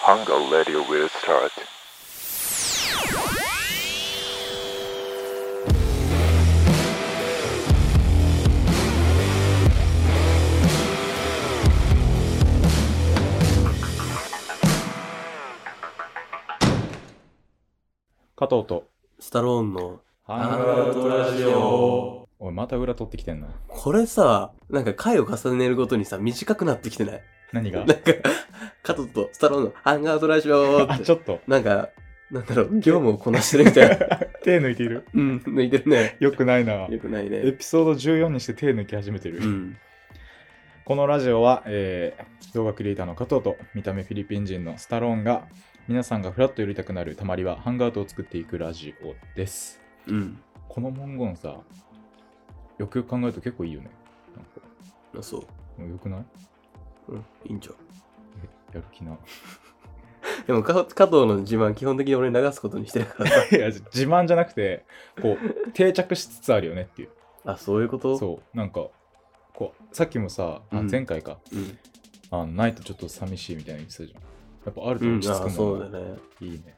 Hunger Radio will start. 加藤と。スタローンのあラトラジオ。おい、また裏取ってきてんのこれさ、なんか回を重ねるごとにさ、短くなってきてない何 がなんか、加藤とスタローンのハンガードラジオあ、っちて、ょっと。なんか、なんだろう、業務をこなしてるみたいな。手抜いている。うん、抜いてるね。よくないな。よくないエね。ピソード14にして手抜き始めてる。うん。このラジオは、えー動画クリエイターの加藤と見た目フィリピン人のスタローンが皆さんがフラッと寄りたくなるたまりはハンガートを作っていくラジオです。うん。この文言さ、よくよく考えると結構いいよね。なんかあそ。もうよくないううん、いいんちゃう。やる気な。 でも、か加藤の自慢、基本的に俺流すことにしてるから さ。いや、自慢じゃなくて、こう、定着しつつあるよねっていう。あ、そういうことそうなんかこうさっきもさ、あうん前回かう。うん。あないとちょっと寂しいみたいな言ってたじゃんやっぱあるとうん落、ち着くあ、もそんうなだね。いいね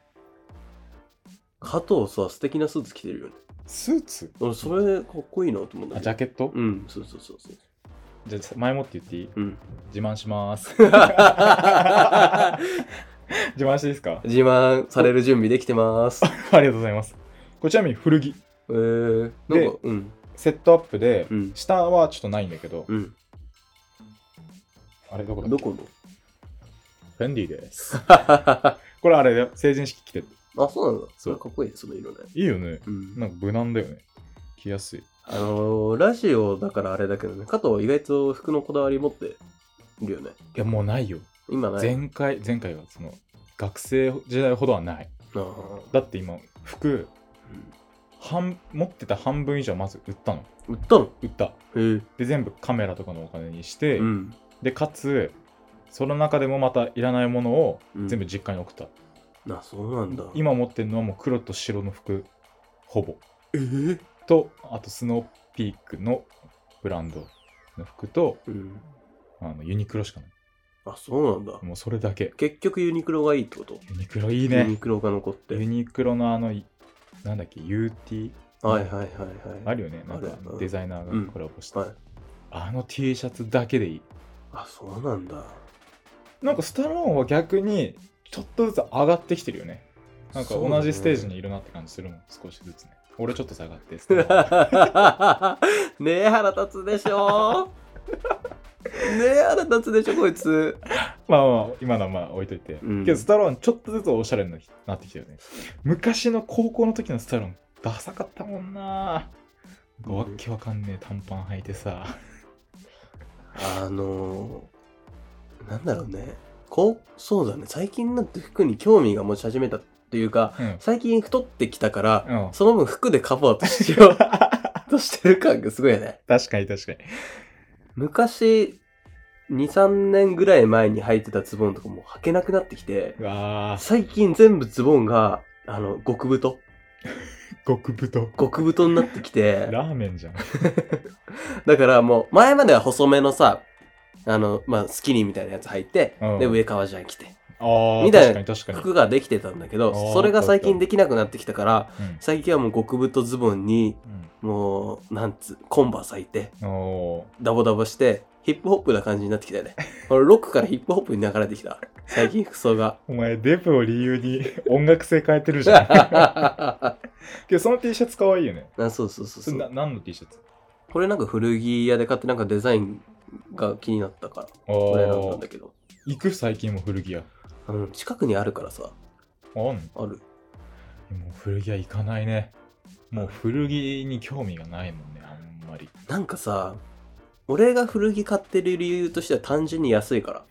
加藤さ、素敵なスーツ着てるよね。スーツ俺、それ、かっこいいなと思うんだあけジど。ャケット、うん、そうそうそうそう。じゃあ前もって言っていいうん。自慢します 自慢していいですか自慢される準備できて ます。ありがとうございますこれちなみに古着えー、なんでか、うん、セットアップで、うん下はちょっとないんだけど、うん。あれどこだっけどこのフェンディです あ、これあれだよ成人式着てるそうなんだ。そそうれかっこいいね、その色ね。いいよねうん。なんか無難だよね着やすいあのー、ラジオだからあれだけどね、加藤は意外と服のこだわり持ってるよね。いやもうないよ今ない。前回前回はその学生時代ほどはないあーだって今服半持ってた半分以上まず売ったの売ったの売ったへえ。で全部カメラとかのお金にして、うん。でかつその中でもまたいらないものをうん全部実家に送った、あ、そうなんだ。今持ってるのはもう黒と白の服ほぼえーとあとスノーピークのブランドの服とうん。あのユニクロしかないあ、そうなんだ。もうそれだけ結局ユニクロがいいってことユニクロいいユニねクロが残って。ユはいニクロのあのいなんだっけ UT はいはいはい。あるよね、なんかあるうんデザイナーがコラボした。はい。あの T シャツだけでいい。あ、そうなんだ。なんかスタローンは逆にちょっとずつ上がってきてるよね。なんか同じステージに にいるなって感じするもん、少しずつね。俺ちょっと下がって、スタローン ねえ腹立つでしょ ねえ腹立つでしょこいつまあまあ、今のはまあ置いといて。うんけどスタローンちょっとずつおしゃれになってきてるね。昔の高校の時のスタローン、ダサかったもんな。なんかわっけわかんねえ短パン履いてさ。あのー、なんだろうねこうそうだね最近になって服に興味が持ち始めたっていうかうん。最近太ってきたからうん、その分服でカバーとしよ うとしてる感がすごいよね確かに確かに。昔23年ぐらい前に履いてたズボンとかもう履けなくなってきてうわー、最近全部ズボンがあの極太極太。極太になってきてラーメンじゃん。だからもう、前までは細めのさ、あの、まあ、スキニーみたいなやつ履いて、うんで、上革ジャン着て、ああ、みたい確なかに確かに。服ができてたんだけあーど、それが最近できなくなってきたから、うん最近はもう極太ズボンに、うもう、なんつう、コンバース履いて、ん、おダボダボして、ヒップホップな感じになってきたよね。俺、ロックからヒップホップに流れてきた。最近服装が。お前デブを理由 に音楽性変えてるじゃんあけどその T シャツかわいいよねそうそうそうそそれう。な何の T シャツこれなんか古着屋で買ってなんかデザインが気になったかあら、これ選んだんだーけど。行く最近も古着屋うん、近くにあるからさ、あんのある。もう古着屋行かないねもう古着に興味がないもんねあんまりなんかさ、俺が古着買ってる理由としては単純に安いから。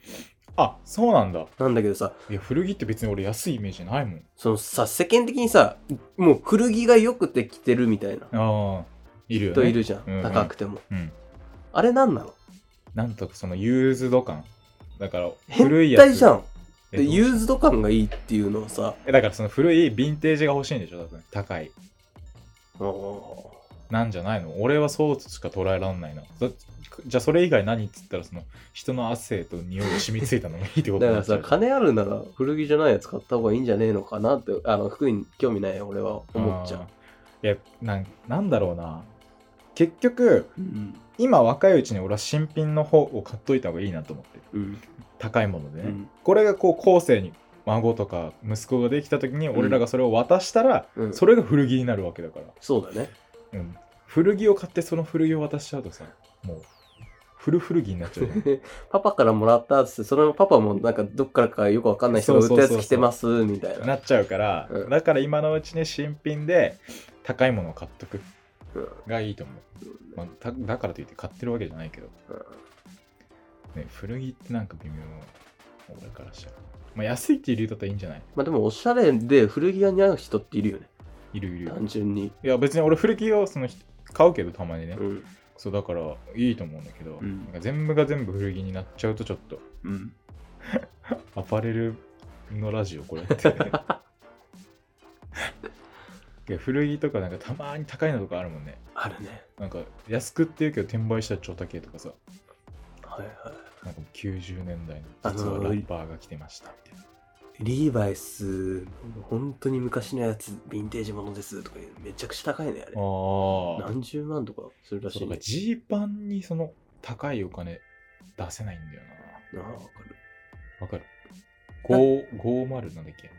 あそうなんだなんだけどさ、いや古着って別に俺安いイメージないもんそのさ、世間的にさ、もう古着が良くて着てるみたいなああいるよ人ねいるじゃん。うんうん高くても。うんあれなんなのなんとかそのユーズド感だから変古いやつ態じゃん。えで、どうユーズド感がいいっていうのをさ、えだからその古いヴィンテージが欲しいんでしょ多分高いあーなんじゃないの俺はそうしか捉えらんないな。だじゃあそれ以外何っつったらその人の汗と匂いが染みついたのがいいってことにだかならっちゃさう金あるなら古着じゃないやつ買った方がいいんじゃねえのかなってあの服に興味ない俺は思っちゃう、うん。いやなん、なんだろうな。結局、うん今若いうちに俺は新品の方を買っといた方がいいなと思ってる。うん高いものでね。うんこれがこう後世に孫とか息子ができた時に俺らがそれを渡したら、うんそれが古着になるわけだから。そうだねうん、古着を買ってその古着を渡しちゃうとさもう古古着になっちゃうじゃん パパからもらったっつってそのパパもなんかどっからかよくわかんない人が売ったやそうそうそうつそう着てますみたいななっちゃうから、うんだから今のうちに新品で高いものを買っとくがいいと思う、まあ、ただからといって買ってるわけじゃないけど、ね、古着ってなんか微妙俺からしたら、まあ、安いっていう理由だったらいいんじゃないまあでもおしゃれで古着が似合う人っているよねいるいる単純にいや別に俺古着をその買うけどたまにね、うんそうだからいいと思うんだけど、うんなんか全部が全部古着になっちゃうとちょっとうんアパレルのラジオこれ って。いや古着とかなんかたまーに高いのとかあるもんね。あるねなんか安くって言うけど転売したら超高えとかさ。はいはなんか90年代のあのー実はラッパーが来てましたみたいな。いリーバイス本当に昔のやつヴィンテージものですとかいうめちゃくちゃ高いねあれあ何十万とかするあ。らしそいうだねかジーパンにその高いお金出せないんだよああわかるな。わかる ?5、50なんだっけ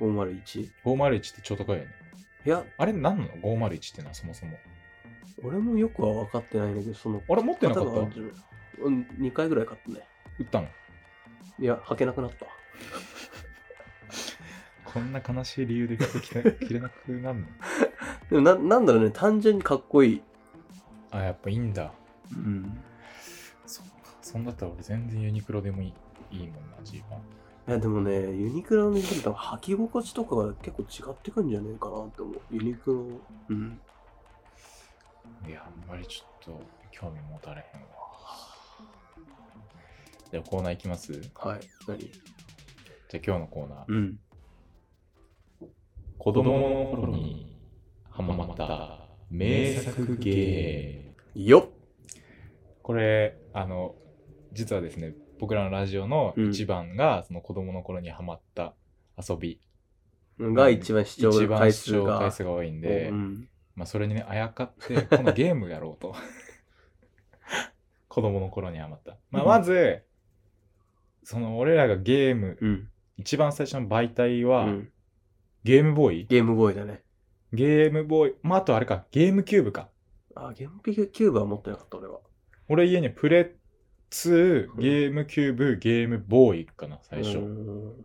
501? い ?501 って超高いよね。やあれ何なの ?501 ってのはそもそも。俺もよくは分かってないんだけどそのあれ持ってなかった方売があるんじゃないうん2回ぐらい買ったねったのいや履けなくなったこんな悲しい理 由で服着れ着れなくなるのでもななんだろうね単純にかっこいい、あ、やっぱいいんだ。うん、そっか。そんだったら俺全然ユニクロでもいいいいもんな、ジーパン。いやでもねユニクロの水着多分履き心地とかが結構違ってくんじゃねえかなって思うユニクロうんいや、あんまりちょっと興味持たれへんわ。じゃあコーナーいきますじゃあはい何今日のコーナー。うん子供の頃にハマった名作ゲーム。よっこれ、あの、実はですね、僕らのラジオの一番が、その子供の頃にハマった遊び、が一番視聴一番回視数聴が回数が多いんで、うん、まあ、それ にね、あやかって、このゲームやろうと。 子供の頃にハマった。まあ、うんまず、その、俺らがゲーム、うん一番最初の媒体うは、ん、ゲームボーイゲームボーイだねゲームボーイ、まあ、あとあれか、ゲームキューブか。あゲームキューブは持ってなかった俺は俺家にプレう2、んゲームキューブ、ゲームボーイかな、最初。うん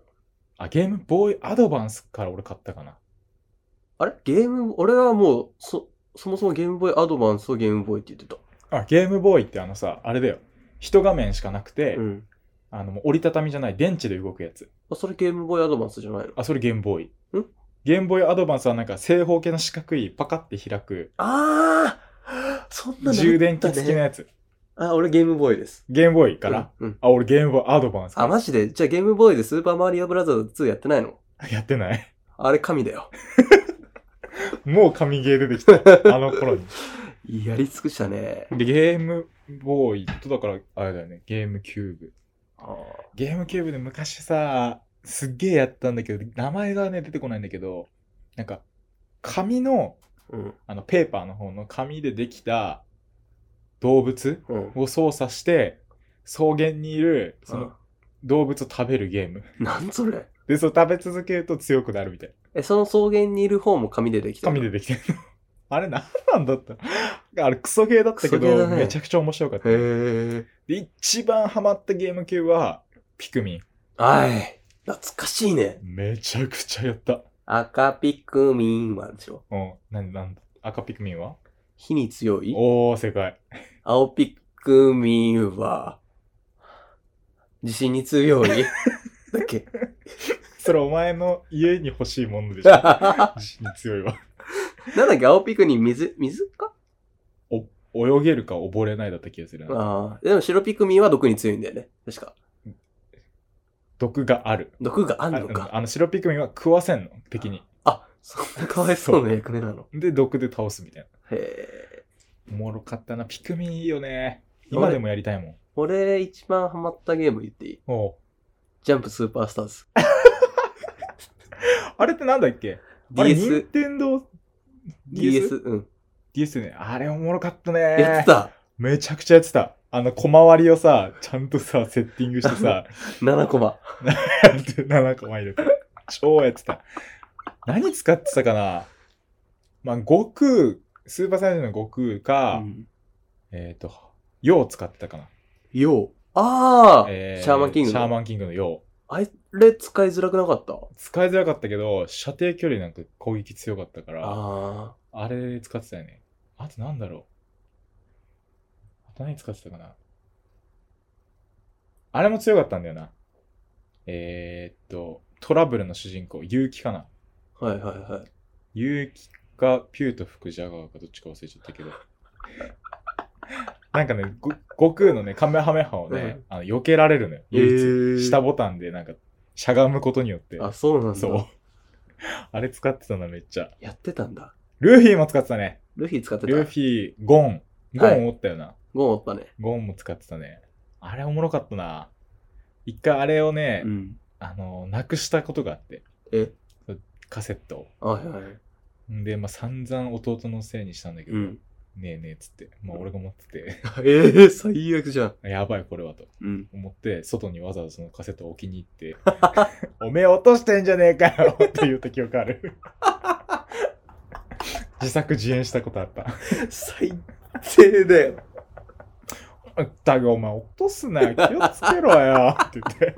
あ、ゲームボーイアドバンスから俺買ったかな。あれゲーム俺はもうそそもそもゲームボーイアドバンスとゲームボーイって言ってたあ、ゲームボーイってあのさ、あれだよ。一画面しかなくて、うんあの、もう折りたたみじゃない、電池で動くやつ。あそれゲームボーイアドバンスじゃないのあ、それゲームボーイ。んゲームボーイアドバンスはなんか正方形の四角いパカって開くああ そんなのあったね充電器付きのやつ。あ、俺ゲームボーイです。ゲームボーイから。うん。うんあ、俺ゲームボーイアドバンスかあ、マジでじゃあゲームボーイでスーパーマリオブラザーズ2やってないのら やってない。あれ神だよ。もう神ゲー出てき た。あの頃に。やり尽くしたね。で、ゲームボーイとだから、あれだよね、ゲームキューブ。あゲームキューブで昔さ、すっげえやったんだけど、名前がね、出てこないんだけど、なんか、紙の、うん。あの、ペーパーの方の紙でできた動物うん。を操作して、草原にいる、その、動物を食べるゲーム。うんなんそれで、そう食べ続けると強くなるみたいな。え、その草原にいる方も紙でできたの紙でできてるの。 あれなんなんだったあれクソゲーだったけクソゲど、ーだねめちゃくちゃ面白かった。で、へえ。一番ハマったゲーム系は、ピクミン。はい。懐かしいね。めちゃくちゃやった。赤ピクミンはでしょ。うん。なんなんだ赤ピクミンは火に強いおー、正解。青ピクミンは、地震に強 いだっけ それお前の家に欲しいものでし ょ。な自信強いわ。んだっけ青ピクミン水、水か泳げるか溺れないだった気がするな。ああ。でも白ピクミンは毒に強いんだよね。確か。毒がある。毒がああんのうんか。あの白ピクミンは食わせんの敵に。 あ、そんなかわいそうな役目なの。で毒で倒すみたいな。へおもろかったな。ピクミンいいよね。今でもやりたいもん。俺一番ハマったゲーム言っていいおうジャンプスーパースターズ。あれってなんだっけあれ、任 DS、天堂 DS、うん。 DS ね。あれおもろかったね。やってた。めちゃくちゃやってた。あの、小回りをさ、ちゃんとさ、セッティングして さ、 7コマ。 7個前入れて。超やってた。何使ってたかなまあ、悟空、スーパーサイヤ人の悟空か、うんえっ、と、ヨウ使ってたかな。よう。ああ、えシャーマンキングシのャーマンキングのヨウ。あれ使いづらくなかった使いづらかったけど、射程距離なんか攻撃強かったから、ああれ使ってたよね。あとなんだろう。あと何使ってたかな。あれも強かったんだよな。えー、っと、トラブルの主人公、結城かな。あ、はいはいはい。結城か、ピューと福ジャガーかどっちか忘れちゃったけど。なんかね、ご悟空のね、カメハメハをね、あの避けられるのよ。唯一。ー下ボタンでなんかしゃがむことによってあ、そうなんだ。そうあれ使ってたなめっちゃやってたんだ。ルーフィーも使ってたねルフィ使ってた。ルーフィーゴンゴはいンおったよな、ゴンおったね。ゴンも使ってたねあれおもろかったな一回あれをね、うん。あのなくしたことがあってえ、カセットをあはいはい。んで、まあ、散々弟のせいにしたんだけど、うん。ねえねえっつって、まあ、俺が持ってて えー、最悪じゃん。やばいこれはとうん。思って外にわざわざそのカセットを置きに行って おめえ落としてんじゃねえかよって言った記憶ある自作自演したことあった最低だよ。だがお前落とすなよ気をつけろよって言って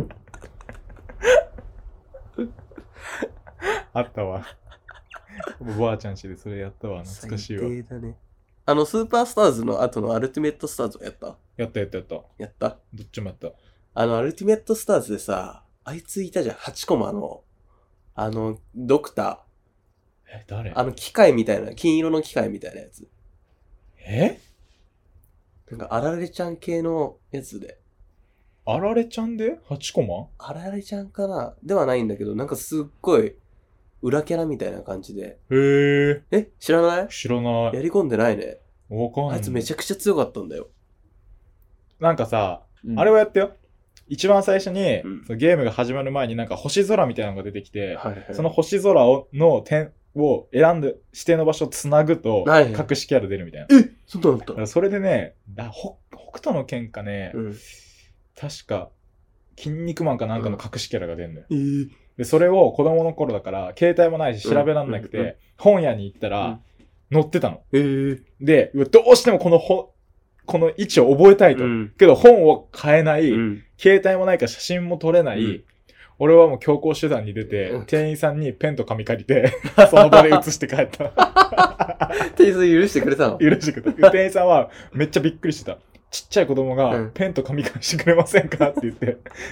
あったわおばあちゃんちでそれやったわ懐かしいわ最低だね。あの、スーパースターズの後のアルティメットスターズをやったやったやったやったどやったっちもやったあの、アルティメットスターズでさ、あいついたじゃん、8コマの、あの、ドクタえ誰ー、あの、機械みたいな、金色の機械みたいなやつ。えなんか、あられちゃん系のやつで。あられちゃんで8コマあられちゃんかなではないんだけど、なんかすっごい、裏キャラみたいな感じで。へええ知らない知らないやり込んでないね。わかんなあいいつめちゃくちゃ強かったんだよ。なんかさ、あれは、をやってよ。一番最初に、うんそのゲームが始まる前になんか星空みたいなのが出てきて、はいはい、その、星空をの点を選んで指定の場所をつなぐと、はいはい隠しキャラ出るみたいな。だえそんなのあったからそれでね、だほ北斗の剣かね、うん。確か、筋肉マンかなんかの隠しキャラが出るのよ。えー、で、それを子供の頃だから、携帯もないし調べらんなくて、うんうんうん本屋に行ったら、載ってたの。えー、で、うわどうしてもこのほ、この位置を覚えたいと。うん。けど本を買えない、うん。携帯もないから写真も撮れない、うん俺はもう強行手段に出て、うん店員さんにペンと紙借りて、 その場で写して帰った。 店員さん許してくれたの許してくれた。店員さんはめっちゃびっくりしてた。ちっちゃい子供うがん、ペンと紙貸してくれませんかって言って、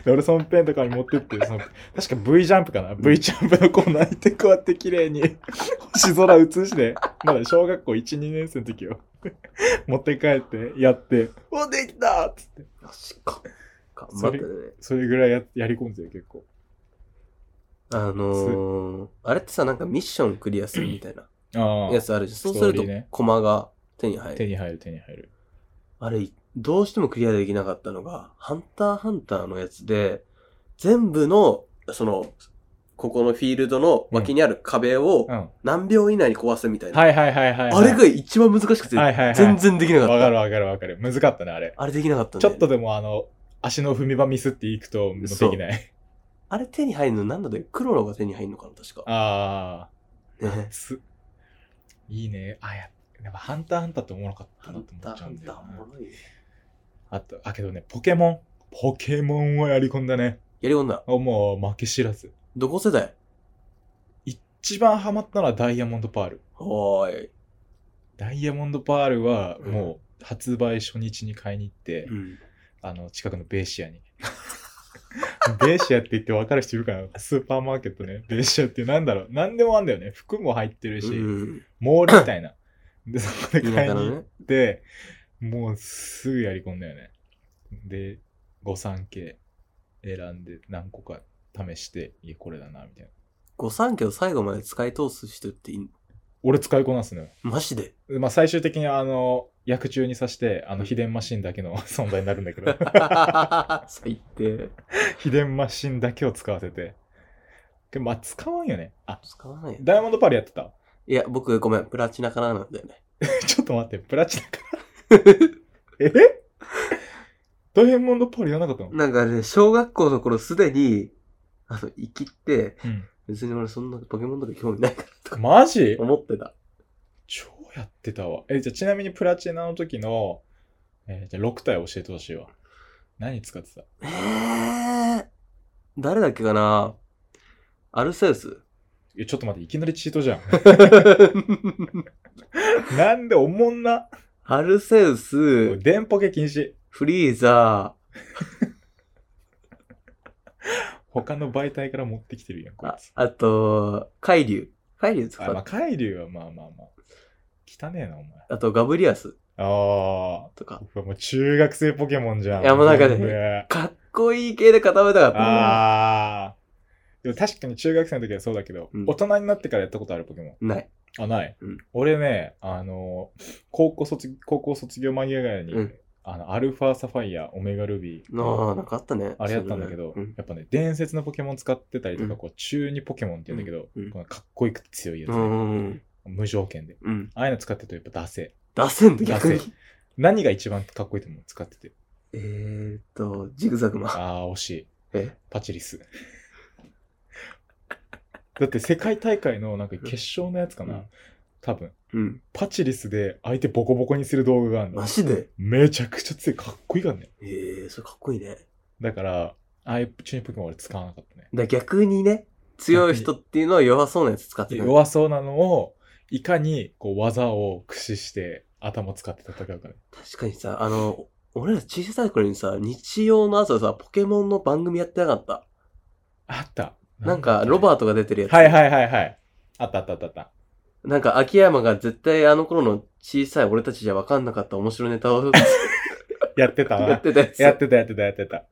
で俺そのペンと紙持ってって、その確か V ジャンプかな ?V ジャンプのコーナー行って、こうやって綺麗に星空写して、まだ小学校1、2年生の時を 持って帰ってやって、お、できたっつって。よし、か。頑張ったね。それぐらいややり込んでる結構。あのー、あれってさ、なんかミッションクリアするみたいなあやつあるじゃん。そうすストーるリとーね、コマが手に入手る。に入る手に入るあれ、どうしてもクリアできなかったのが、ハンターハンターのやつで、全部の、その、ここのフィールドの脇にある壁をうんは何秒以内に壊すみたいいな。はいはいはいはいあれが一番難しくて、はいはいはい全然できなかわった。かるわかるわかる難かったねあれあれできなかったんちだょよっねとでもあの足の踏み場ミスっていくともうできないあれ手に入るのなんだで黒のが手に入るのかな確か。ああ、ねすいいねあややっぱハンターハンターっておもろかったハなっンてタ思ーっちゃハうンんだタよーおなもろいね。あとあけどねポケモンポケモンはやり込んだねやり込んだ。あもう負け知らずどこ世代一番ハマったのはダイヤモンドパールおーい。ダイヤモンドパールはもう発売初日に買いに行って、うん。あの、近くのベーシアに。 ベーシアって言って分かる人いるかなスーパーマーケットね。ベーシアってなんだろう。なんでもあんだよね。服も入ってるし、うんモールみたいな。で、そこで田買い舎にの行っね。て、もうすぐやり込んだよね。で、御三家選んで何個か試して、いや、これだな、みたいな。御三家を最後まで使い通す人っていん俺使いこなすのよ。マジで。 まあ、最終的にあの、薬中にさして、あの、秘伝マシンだけの 存在になるんだけど、最低。秘伝マシンだけを使わせて。けどまあ、使わんよね。あ、使わない。ダイヤモンドパールやってた。 いや、僕、ごめん、プラチナかななんだよね。ちょっと待って、プラチナか。 えダイヤモンドパールやらなかったのなんかね、小学校の頃すでに、あの、生きって、うん。別に俺そんなポケモンとか興味ないからとかマジ思ってた。超やってたわ。え、じゃあちなみにプラチナの時の、えーじゃあ6体教えてほしいわ。何使ってたえー、誰だっけかなアルセウ スいや、ちょっと待って、いきなりチートじゃん。 なんでおもんな。アルセウス、電波系禁止。フリーザ他の媒体から持ってきてるやん、ー、こいあつ。あと、海竜。海竜使あ、まあ、った。海竜はまあまあまあ。汚ねえな、お前。あと、ガブリアスあとかあ。。僕はもう中学生ポケモンじゃん。いやもうなんかね全部かっこいい系で固めたかったな。ああ。でも確かに中学生の時はそうだけど、うん大人になってからやったことあるポケモン。ない。あ、ない。うん俺ね、あの高校卒、高校卒業間際ぐらいに、うんあの、アルファサファイア、オメガルビあー。あ、なんかあったね。あれやったんだけど、うんやっぱね、伝説のポケモン使ってたりとか、うんこう、中二ポケモンって言うんだけど、うんうんこのかっこよくて強いやつうね、ん。無条件で。うん。ああいうの使ってるとやっぱダセえ。出せんと逆出に。何が一番かっこいいと思う使ってて。えーっと、ジグザグマ。ああ、惜しい。えパチリス。だって世界大会のなんか決勝のやつかな、うん多分。うん。パチリスで相手ボコボコにする道具があるのマ。ジでめちゃくちゃ強い。かっこいいからね。えー、それかっこいいね。だから、ああいうチームポケモン俺使わなかったね。だ逆にね、強い人っていうのは弱そうなやつ使ってでた。弱そうなのを、いかにこう技を駆使して頭使って戦うかね。確かにさ、あの、俺ら小さい頃にさ、日曜の朝さ、ポケモンの番組やってなかった。あった。なんか、ロバーートが出てるやつ。はいはいはいはい。あったあったあったあった。なんか、秋山が絶対あの頃の小さい俺たちじゃ分かんなかった面白いネタを やってたやな っ。てたやつ。やってたやってたやってた。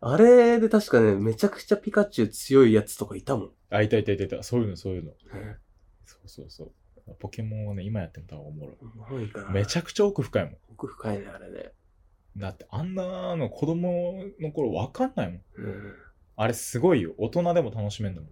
あれで確かね、めちゃくちゃピカチュウ強いやつとかいたもん。あ、いたいたいたいた。そういうのそういうの。そうそうそう。ポケモンはね、今やってみた方がおもろい。おもろいから。めちゃゃくちゃ奥深いもん。奥深いね、あれね。だってあんなの子供の頃わかんないもん。うん。あれすごいよ。大人でも楽しめんだもん。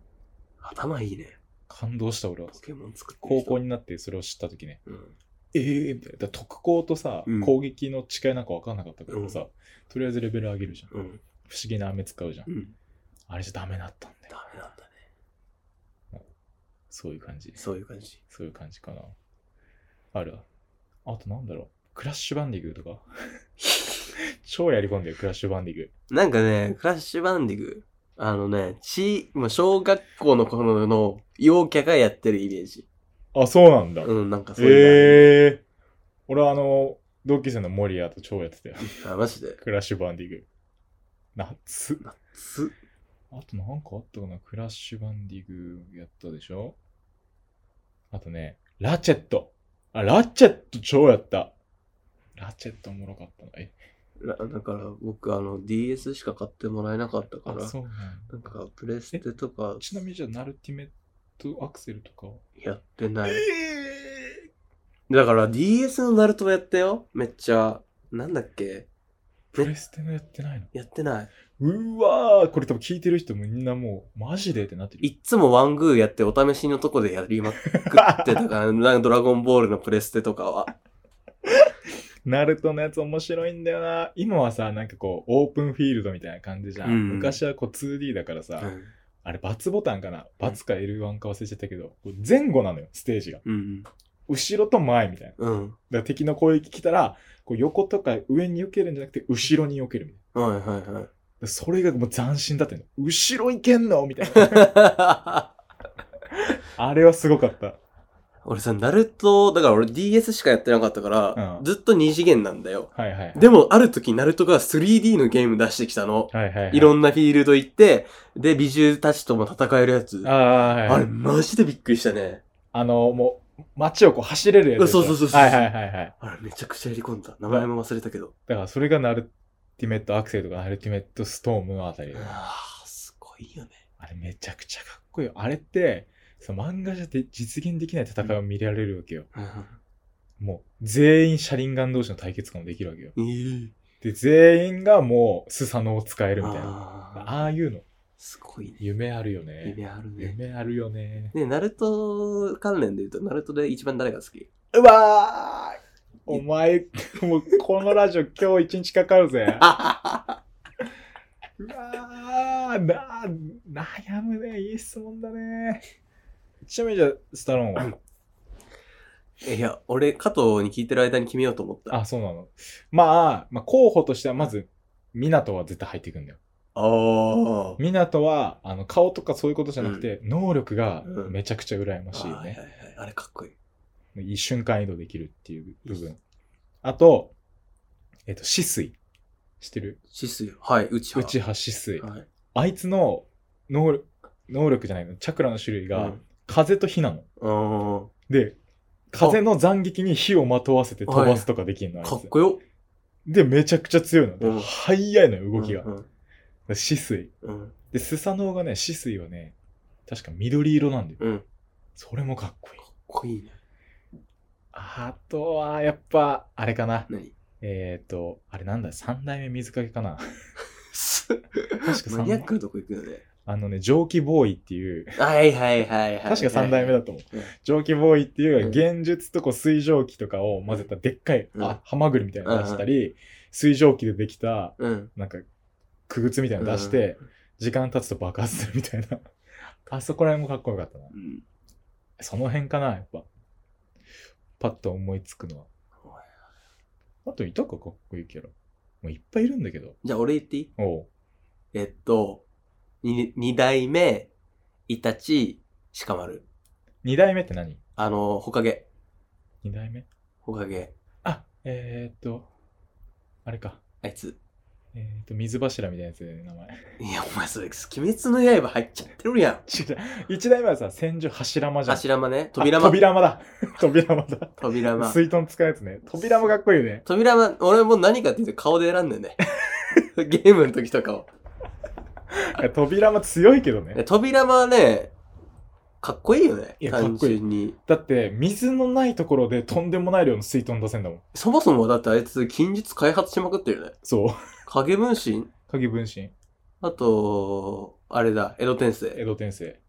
頭いいね。感動した俺はポ。ケモン作ってる高人校になってそれを知った時ね。うん。ええみたいな。だから特攻とさ、うん攻撃の違いなんかわかんなかったからさ、とりあえずレベル上げるじゃん。うん。不思議な飴使うじゃん。うん。あれじゃダメだったんだよ。ダメなんだね。そういう感じ。そういう感じ。そういう感じかな。あるあとなんだろう。クラッシュバンディングとか。 超やり込んでる、クラッシュバンディング。なんかね、クラッシュバンディグ、あのね、ち、もう小学校の頃の陽キャがやってるイメージ。あ、そうなんだ。うん、なんかそういうええ俺はあの、同級生のモリアと超やって たよ。のある。あ、マジで。クラッシュバンディング。夏。す、あとなんかあったかなクラッシュバンディングやったでしょあとね、ラチェット。あ、ラチェット超やった。ラチェットおもろかったな。え、なだから僕あの DS しか買ってもらえなかったかあ、ら、そうなんだなんかプレステとかちなみにじゃあ、ナルティメットアクセルとかはやってない。えだから DS のナルトもやったよ。めっちゃ。なんだっけプレステのやってないのやってない。うわーこれ多分聞いてる人もみんなもうマジでってなってるいっつもワングーやってお試しのとこでやりまくってた から、なんかドラゴンボールのプレステとかは。ナルトのやつ面白いんだよな今はさなんかこうオープンフィールドみたいな感じじゃん、うん昔はこう 2D だからさ、うんあれ×ボタンかな×か L1 か忘れちゃったけどこう前後なのよステージがうん。後ろと前みたいなだかうん。ら敵の攻撃来たらこう横とか上に避けるんじゃなくて後ろに避けるみたいなはいはいはだい。からそれがもう斬新だったの後ろ行けんのみたい なあれはすごかった俺さ、ナルト、だから俺 DS しかやってなかったから、うんずっと2次元なんだよ。はいはいでも、ある時、ナルトが 3D のゲーム出してきたの。はいはい、はい、いろんなフィールド行って、で、美獣たちとも戦えるやつ。ああ、はい、あれ、マジでびっくりしたね。あの、もう、街をこう走れるやつでしょ。そうそうそうそうはいはいはいはい。あれ、めちゃくちゃやり込んだ。名前も忘れたけど。だからそれがナルティメットアクセルとかナルティメットストームのあたりだよね。ああ、すごいよね。あれめちゃくちゃかっこいいよ。あれって、その漫画じゃで実現できない戦いを見られるわけよ。もう全員車輪ガン同士の対決感もできるわけよ。えーで、全員がもうスサノオを使えるみたいな。あーああいうの、すごいね。夢あるよね。夢あるね。夢あるよね。ねナルト関連で言うと、ナルトで一番誰が好きうわーお前、もうこのラジオ今日一日かかる ぜ。うわーな悩むね。いい質問だね。ちなみにじゃあ、スタローン は。いや、俺、加藤に聞いてる間に決めようと思った。あ、そうなの。まあ、まあ、候補としてはまず、港は絶対入っていくんだよ。あー。港は、あの、顔とかそういうことじゃなくて、能力がうんめちゃくちゃ羨ましいあよはいはいね。はいあれかっこいい。いい瞬間移動できるっていう部分。あと、えっと、止水。してるシスよ。はい、うちは。内葉止水。はい。あいつの能力、能力じゃないの、チャクラの種類うがん、風と火なの。あで、風の斬撃に火をまとわせて飛ばすとかできるの、あーいかっつ。こよ。で、めちゃくちゃ強いの。うん速いのよ、動きが。うん止水。うん。で、スサノオがね、止水はね、確か緑色なんだよ。うん。かそれもかっこいい。っこいいね。あとは、やっぱ、あれかな。何えっ、ー、と、あれなんだ、三代目水かけか な。確かマニアッ三クなとこ行くよね。あのね、蒸気ボーイっていう、はいはいはいはい。確か三代目だと思う。うん蒸気ボーイっていううん現術とこう水蒸気とかを混ぜたでっかい、うんあハマグリみたいなの出したり、水蒸気でできたうん。なんかくぐつみたいなの出して、時間経つと爆発するみたいな あそこら辺もかっこよかったなうん。その辺かなやっぱパッと思いつくのはあといたかかっこいいキャラもういっぱいいるんだけどじゃあ俺言っていいおうえっと、に二代目、イタチ、シカマル。 2代目って何あの、ホカゲ。 2代目ホカゲ。あえー、っとあれかあいつ。えー、っと水柱みたいなやつで名前いや、お前それ、鬼滅の刃入っちゃってるやん。違う一代目はさ千住柱間じゃん柱間ね。扉扉間間。扉間だ 扉間だ扉間。水遁使うやつね扉もかっこいいよね扉間、俺もう何かって言うと顔で選んだよね。 ゲームの時とかを。いや扉も強いけどでね扉間はね、かっこいいよねい。や単純に。だって水のないところでとんでもない量の水遁出せんだもんそもそもだってあいつ、近日開発しまくってるよね。そう 影分身影分身あと、あれだ、江戸転生江。戸天聖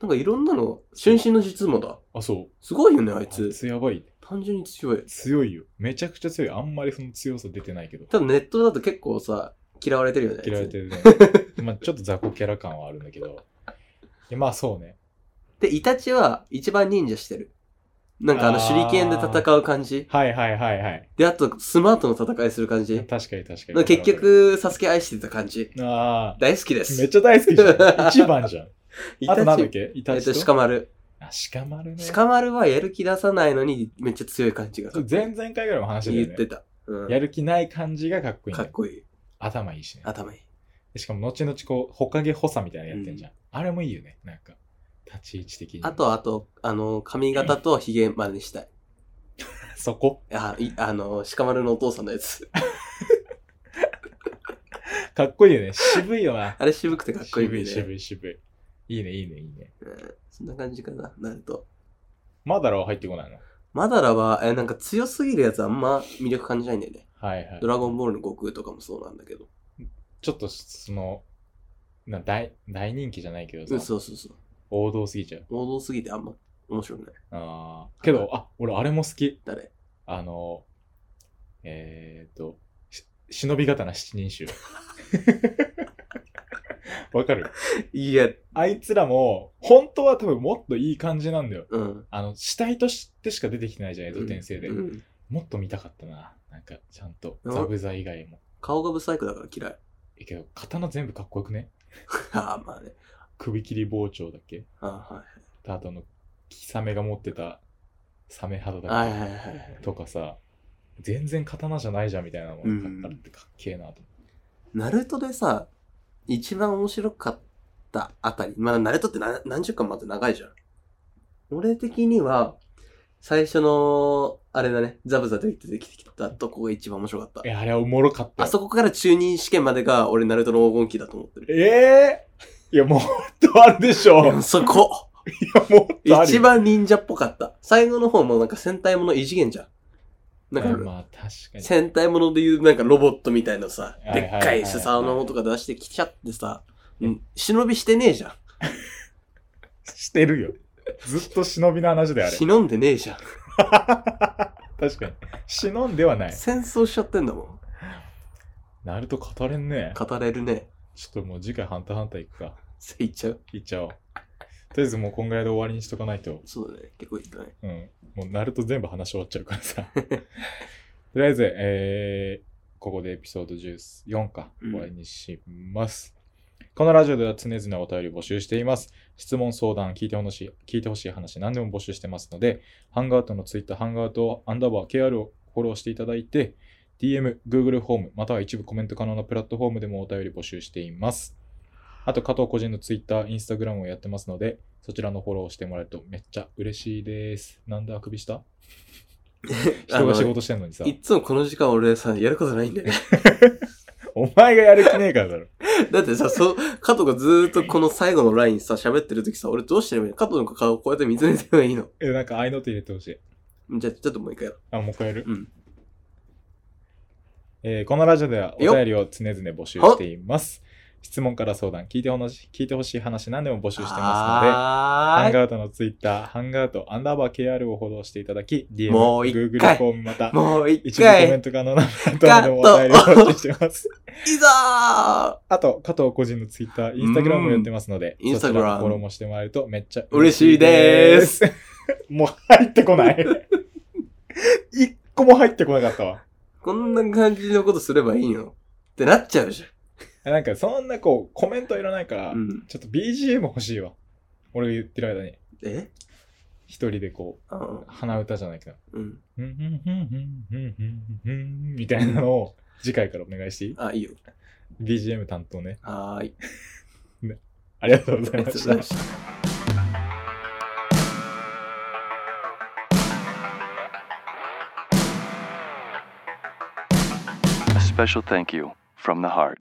なんかいろんなの、瞬身の実もだ。あそうすごいよね、あいあいつ。つやばい単純に強い。強いよめちゃくちゃ強いあんまりその強さ出てないけどただネットだと結構さ、嫌われてるよね。嫌われてる。 るねまあちょっと雑魚キャラ感はあるんだけどいやまあそうねで、イタチは一番忍者してる。なんかあのあー手裏剣で戦う感じ。はいはいはいはいで、あとスマートの戦いする感じ。確かに確かなんかに結局、サスケ愛してた感じ。ああ大好きです。めっちゃ大好きじゃん 一番じゃんイあとなんだっチ。けイえタっチと、とシカマル。あ、鹿丸ね。シカマルはやる気出さないのにめっちゃ強い感じがそれ前々回ぐらいも話言しってたてよね。た。うんやる気ない感じがかっこいいんかだっよ。こいい。頭いいしね。頭いい。でしかも後々こう、ほかげ補佐みたいなのやってんじゃん。あれもいいよね。なんか、立ち位置的に。あ、と、あと、あの、髪型と髭真似したい。そこ。あ、いあの、鹿丸のお父さんのやつ。 かっこいいよね。渋いよな。あれ渋くてかっこいい、渋ね。い渋い渋い。いいね、いいね、いいね。うんそんな感じかな、なると。まだろう入ってこないの。マダラは、え、なんか強すぎるやつあんま魅力感じないんだよね。はいはいド。ラゴンボールの悟空とかもそうなんだけど。ちょっとその、な大大人気じゃないけうどん、さ、そうそうそう。王道すぎちゃう。王道すぎてあんま面白くない。ああ。けど、あ、俺あれも好き。誰あの、えっ、ー、と、し忍び刀七人衆。 わかるいや、あいつらも、本当は多分もっといい感じなんだよ。うん。あの、死体としてしか出てきてないじゃん、江戸天生で。うんもっと見たかったな。なんか、ちゃんと、うんザブザ以外も。顔がブサイクだから嫌い。 えけど、刀全部かっこよくねああ、まあね。首切り包丁だっけあーはいとあとあの、キサメが持ってたサメ肌だっけ、はいはいはいはい。とかさ、全然刀じゃないじゃんみたいなのうがんあってかっけえなと思ってナルトでさ、一番面白かったあたり、まあ、ナルトって何何十巻まで長いじゃん。俺的には、最初の、あれだね、ザブザと出てきたとこが一番面白かったい。や、あれはおもろかったあよ。そこから中任試験までが俺ナルトの黄金期だと思ってる。 ええいや、もっとあるでしいやょ。そこや、もっとあるよ一番忍者っぽかった。最後の方もなんか戦隊もの異次元じゃん。なんか、いやまあ、確かに。戦隊ものでいうなんかロボットみたいなさ、はいはいではいはっいかいスサノオとか出してきちゃってさ、うん忍びしてねえじゃん。してるよ。ずっと忍びの話であ れ。忍んでねえじゃん。確かに。忍んではない。戦争しちゃってんだもん。ナルト語れんね。語れるね。ちょっともう次回ハンターハンター行くか。せいっちゃう。行っちゃおう。とりあえずもうこんぐらいで終わりにしとかないと。そうだね。結構いったね。うん。もうナルト全部話し終わっちゃうからさ。 とりあえず、えー、ここでエピソード14か、うん終わりにします。このラジオでは常々お便り募集しています。質問、相談、聞いてほしい、聞いてほしい話、何でも募集してますので、ハンガートのツイッター、ハンガートアンダーバー KR をフォローしていただいて、DM、Google フォーム、または一部コメント可能なプラットフォームでもお便り募集しています。あと、加藤個人のツイッター、インスタグラムをやってますので、そちらのフォローをしてもらえるとめっちゃ嬉しいです。なんであくびした人が仕事してんのにさい、っつもこの時間俺さ、やることないんだよね。 お前がやる気ねえからだろ。だってさ、そう、加藤がずーっとこの最後のラインさ、喋ってる時さ、俺どうしてればいいの加藤の顔をこうやって水にすればいいのえ、なんか合いの手入れてほしい。じゃあ、ちょっともう一回やろあ、もう一回やるう。うん。えーこのラジオではおよっ便りを常々募集しています。質問から相談、聞いてほし聞いてほしい話何でも募集してますので、ハはンーガートのツイッター、ハンガートアンダーバー KR をフォローしていただき、DM、もう一 Google フ回ォームまたい。、もう一一部コメ回ン、ト可能なプラットフォームでもお便りを募集してます。いざあと、加藤個人のツイッター、インスタグラムもやってますので、うんそちら Instagram フォローもしてもらえるとめっちゃす。嬉 もう入ってこない。 一個も入ってこなかったわ。ーこんな感じのことすればいいのってなっちゃうじなんかそんなこう、コメントいらないから、ゃん。うん。ちょっと BGM 欲しいわ。俺が言ってる間に、え一人でこあう、鼻歌じゃないけど、うん。うんうんうんうんうんうんうんみたいなのを次回からお願いしていいあ、いいよ。 ?BGM 担当ね。はーい。ありがとうごあざいりがまとうごしざいたま。した。 A special thank you from the heart.